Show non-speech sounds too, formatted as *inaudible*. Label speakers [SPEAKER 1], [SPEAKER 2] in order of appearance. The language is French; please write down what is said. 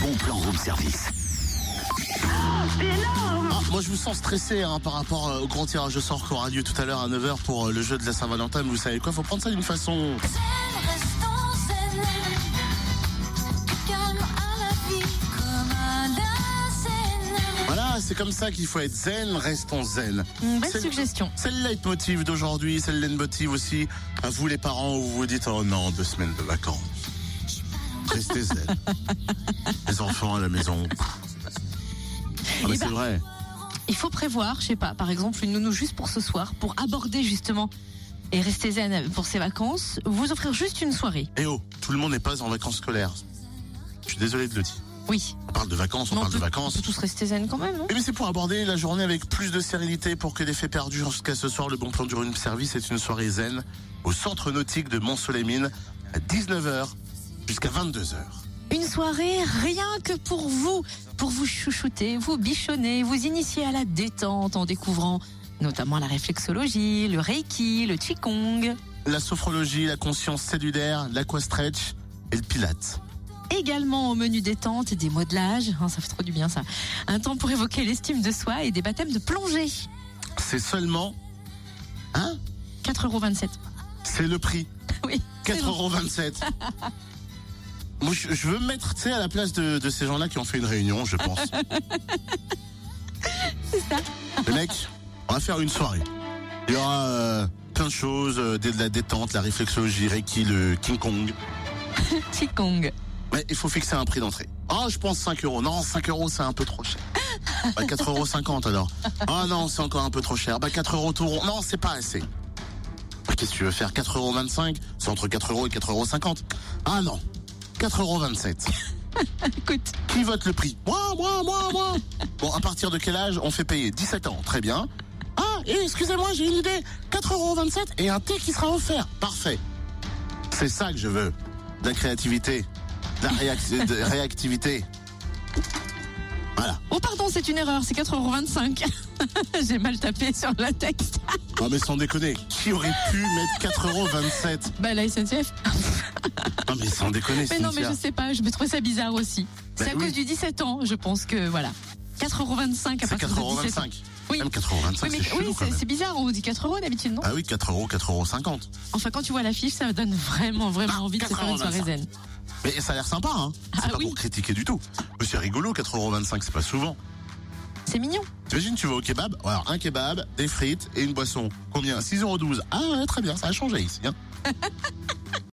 [SPEAKER 1] bon plan room service.
[SPEAKER 2] Ah, moi je vous sens stressé hein, par rapport euh, au grand tirage au sort qui aura lieu tout à l'heure à 9h pour euh, le jeu de la Saint-Valentin. Mais vous savez quoi, faut prendre ça d'une façon...
[SPEAKER 3] Seul restons seul, calme à la vie comme à la scène.
[SPEAKER 2] Voilà, c'est comme ça qu'il faut être zen, restons zen.
[SPEAKER 4] Une
[SPEAKER 2] C'est-
[SPEAKER 4] belle suggestion.
[SPEAKER 2] C'est le leitmotiv d'aujourd'hui, c'est le leitmotiv aussi à vous les parents où vous vous dites oh non, deux semaines de vacances. Restez
[SPEAKER 4] *laughs*
[SPEAKER 2] zen. les enfants à la maison. Ah, mais
[SPEAKER 4] Eh
[SPEAKER 2] c'est
[SPEAKER 4] ben-
[SPEAKER 2] vrai.
[SPEAKER 4] Il faut prévoir, je sais pas, par exemple une nounou juste pour ce soir, pour aborder justement et rester zen pour ses vacances, vous offrir juste une soirée.
[SPEAKER 2] Eh oh, tout le monde n'est pas en vacances scolaires. Je suis désolé de le dire.
[SPEAKER 4] Oui.
[SPEAKER 2] On parle de vacances, on
[SPEAKER 4] Mais
[SPEAKER 2] parle
[SPEAKER 4] peut,
[SPEAKER 2] de vacances.
[SPEAKER 4] on peut tous rester zen quand même, hein. non
[SPEAKER 2] Eh bien, c'est pour aborder la journée avec plus de sérénité pour que les faits perdus jusqu'à ce soir. Le bon plan du room service est une soirée zen au centre nautique de Mont-Soleil-Mine à 19h jusqu'à 22h.
[SPEAKER 4] Une soirée rien que pour vous, pour vous chouchouter, vous bichonner, vous initier à la détente en découvrant notamment la réflexologie, le reiki, le qigong.
[SPEAKER 2] La sophrologie, la conscience cellulaire, l'aquastretch et le pilate.
[SPEAKER 4] Également au menu détente et des modelages, hein, ça fait trop du bien ça. Un temps pour évoquer l'estime de soi et des baptêmes de plongée.
[SPEAKER 2] C'est seulement, hein?
[SPEAKER 4] 4,27€.
[SPEAKER 2] C'est le prix.
[SPEAKER 4] *laughs* Oui. c'est vrai.
[SPEAKER 2] 4,27€.
[SPEAKER 4] *laughs*
[SPEAKER 2] Moi, je, je veux me mettre, tu sais, à la place de, de ces gens-là qui ont fait une réunion, je pense.
[SPEAKER 4] *laughs* C'est ça.
[SPEAKER 2] Les mecs, on va faire une soirée. Il y aura euh, plein de choses, euh, des- de la détente, la réflexologie, Reiki, le King Kong.
[SPEAKER 4] Qigong.
[SPEAKER 2] Mais il faut fixer un prix d'entrée. Oh, je pense 5 euros. Non, 5 euros, c'est un peu trop cher. Bah, 4,50 euros alors. Ah non, c'est encore un peu trop cher. Bah, 4 euros tout rond. Non, c'est pas assez. Bah, Qu'est-ce que tu veux faire 4,25 euros C'est entre 4 euros et 4,50 euros. Ah non, 4,27 euros.
[SPEAKER 4] Écoute,
[SPEAKER 2] Qui vote le prix Moi, moi, moi, moi *laughs* Bon, à partir de quel âge on fait payer 17 ans, très bien. Ah, et excusez-moi, j'ai une idée 4,27€ et un thé qui sera offert. Parfait. C'est ça que je veux. De la créativité. De la réac- *laughs* de réactivité. Voilà.
[SPEAKER 4] oh pardon, c'est une erreur, c'est 4,25€. *laughs* J'ai mal tapé sur le texte.
[SPEAKER 2] Non mais sans déconner, qui aurait pu mettre 4,27€
[SPEAKER 4] Bah la SNCF.
[SPEAKER 2] Non mais sans déconner,
[SPEAKER 4] Mais non, mais
[SPEAKER 2] Cynthia.
[SPEAKER 4] je sais pas, je me trouvais ça bizarre aussi.
[SPEAKER 2] Bah
[SPEAKER 4] c'est à
[SPEAKER 2] oui.
[SPEAKER 4] cause du 17 ans, je pense que voilà. 4,25€ à
[SPEAKER 2] C'est
[SPEAKER 4] partir de 17 ans.
[SPEAKER 2] 4,25€.
[SPEAKER 4] Oui.
[SPEAKER 2] Même 4,25€,
[SPEAKER 4] Oui, mais
[SPEAKER 2] c'est chelou
[SPEAKER 4] oui,
[SPEAKER 2] quand
[SPEAKER 4] c'est
[SPEAKER 2] même.
[SPEAKER 4] c'est bizarre, on dit 4 euros d'habitude, non
[SPEAKER 2] Ah oui, 4€, 4,50€.
[SPEAKER 4] Enfin, quand tu vois l'affiche, ça donne vraiment, vraiment
[SPEAKER 2] Ah,
[SPEAKER 4] envie de se faire une
[SPEAKER 2] 4,25.
[SPEAKER 4] soirée zen.
[SPEAKER 2] Mais ça a l'air sympa, hein C'est
[SPEAKER 4] Ah
[SPEAKER 2] pas
[SPEAKER 4] oui.
[SPEAKER 2] pour critiquer du tout. Mais c'est rigolo, 4,25€, c'est pas souvent.
[SPEAKER 4] C'est mignon.
[SPEAKER 2] T'imagines, tu vas au kebab Alors, un kebab, des frites et une boisson. Combien 6,12€. Ah, ouais, très bien, ça a changé ici. hein.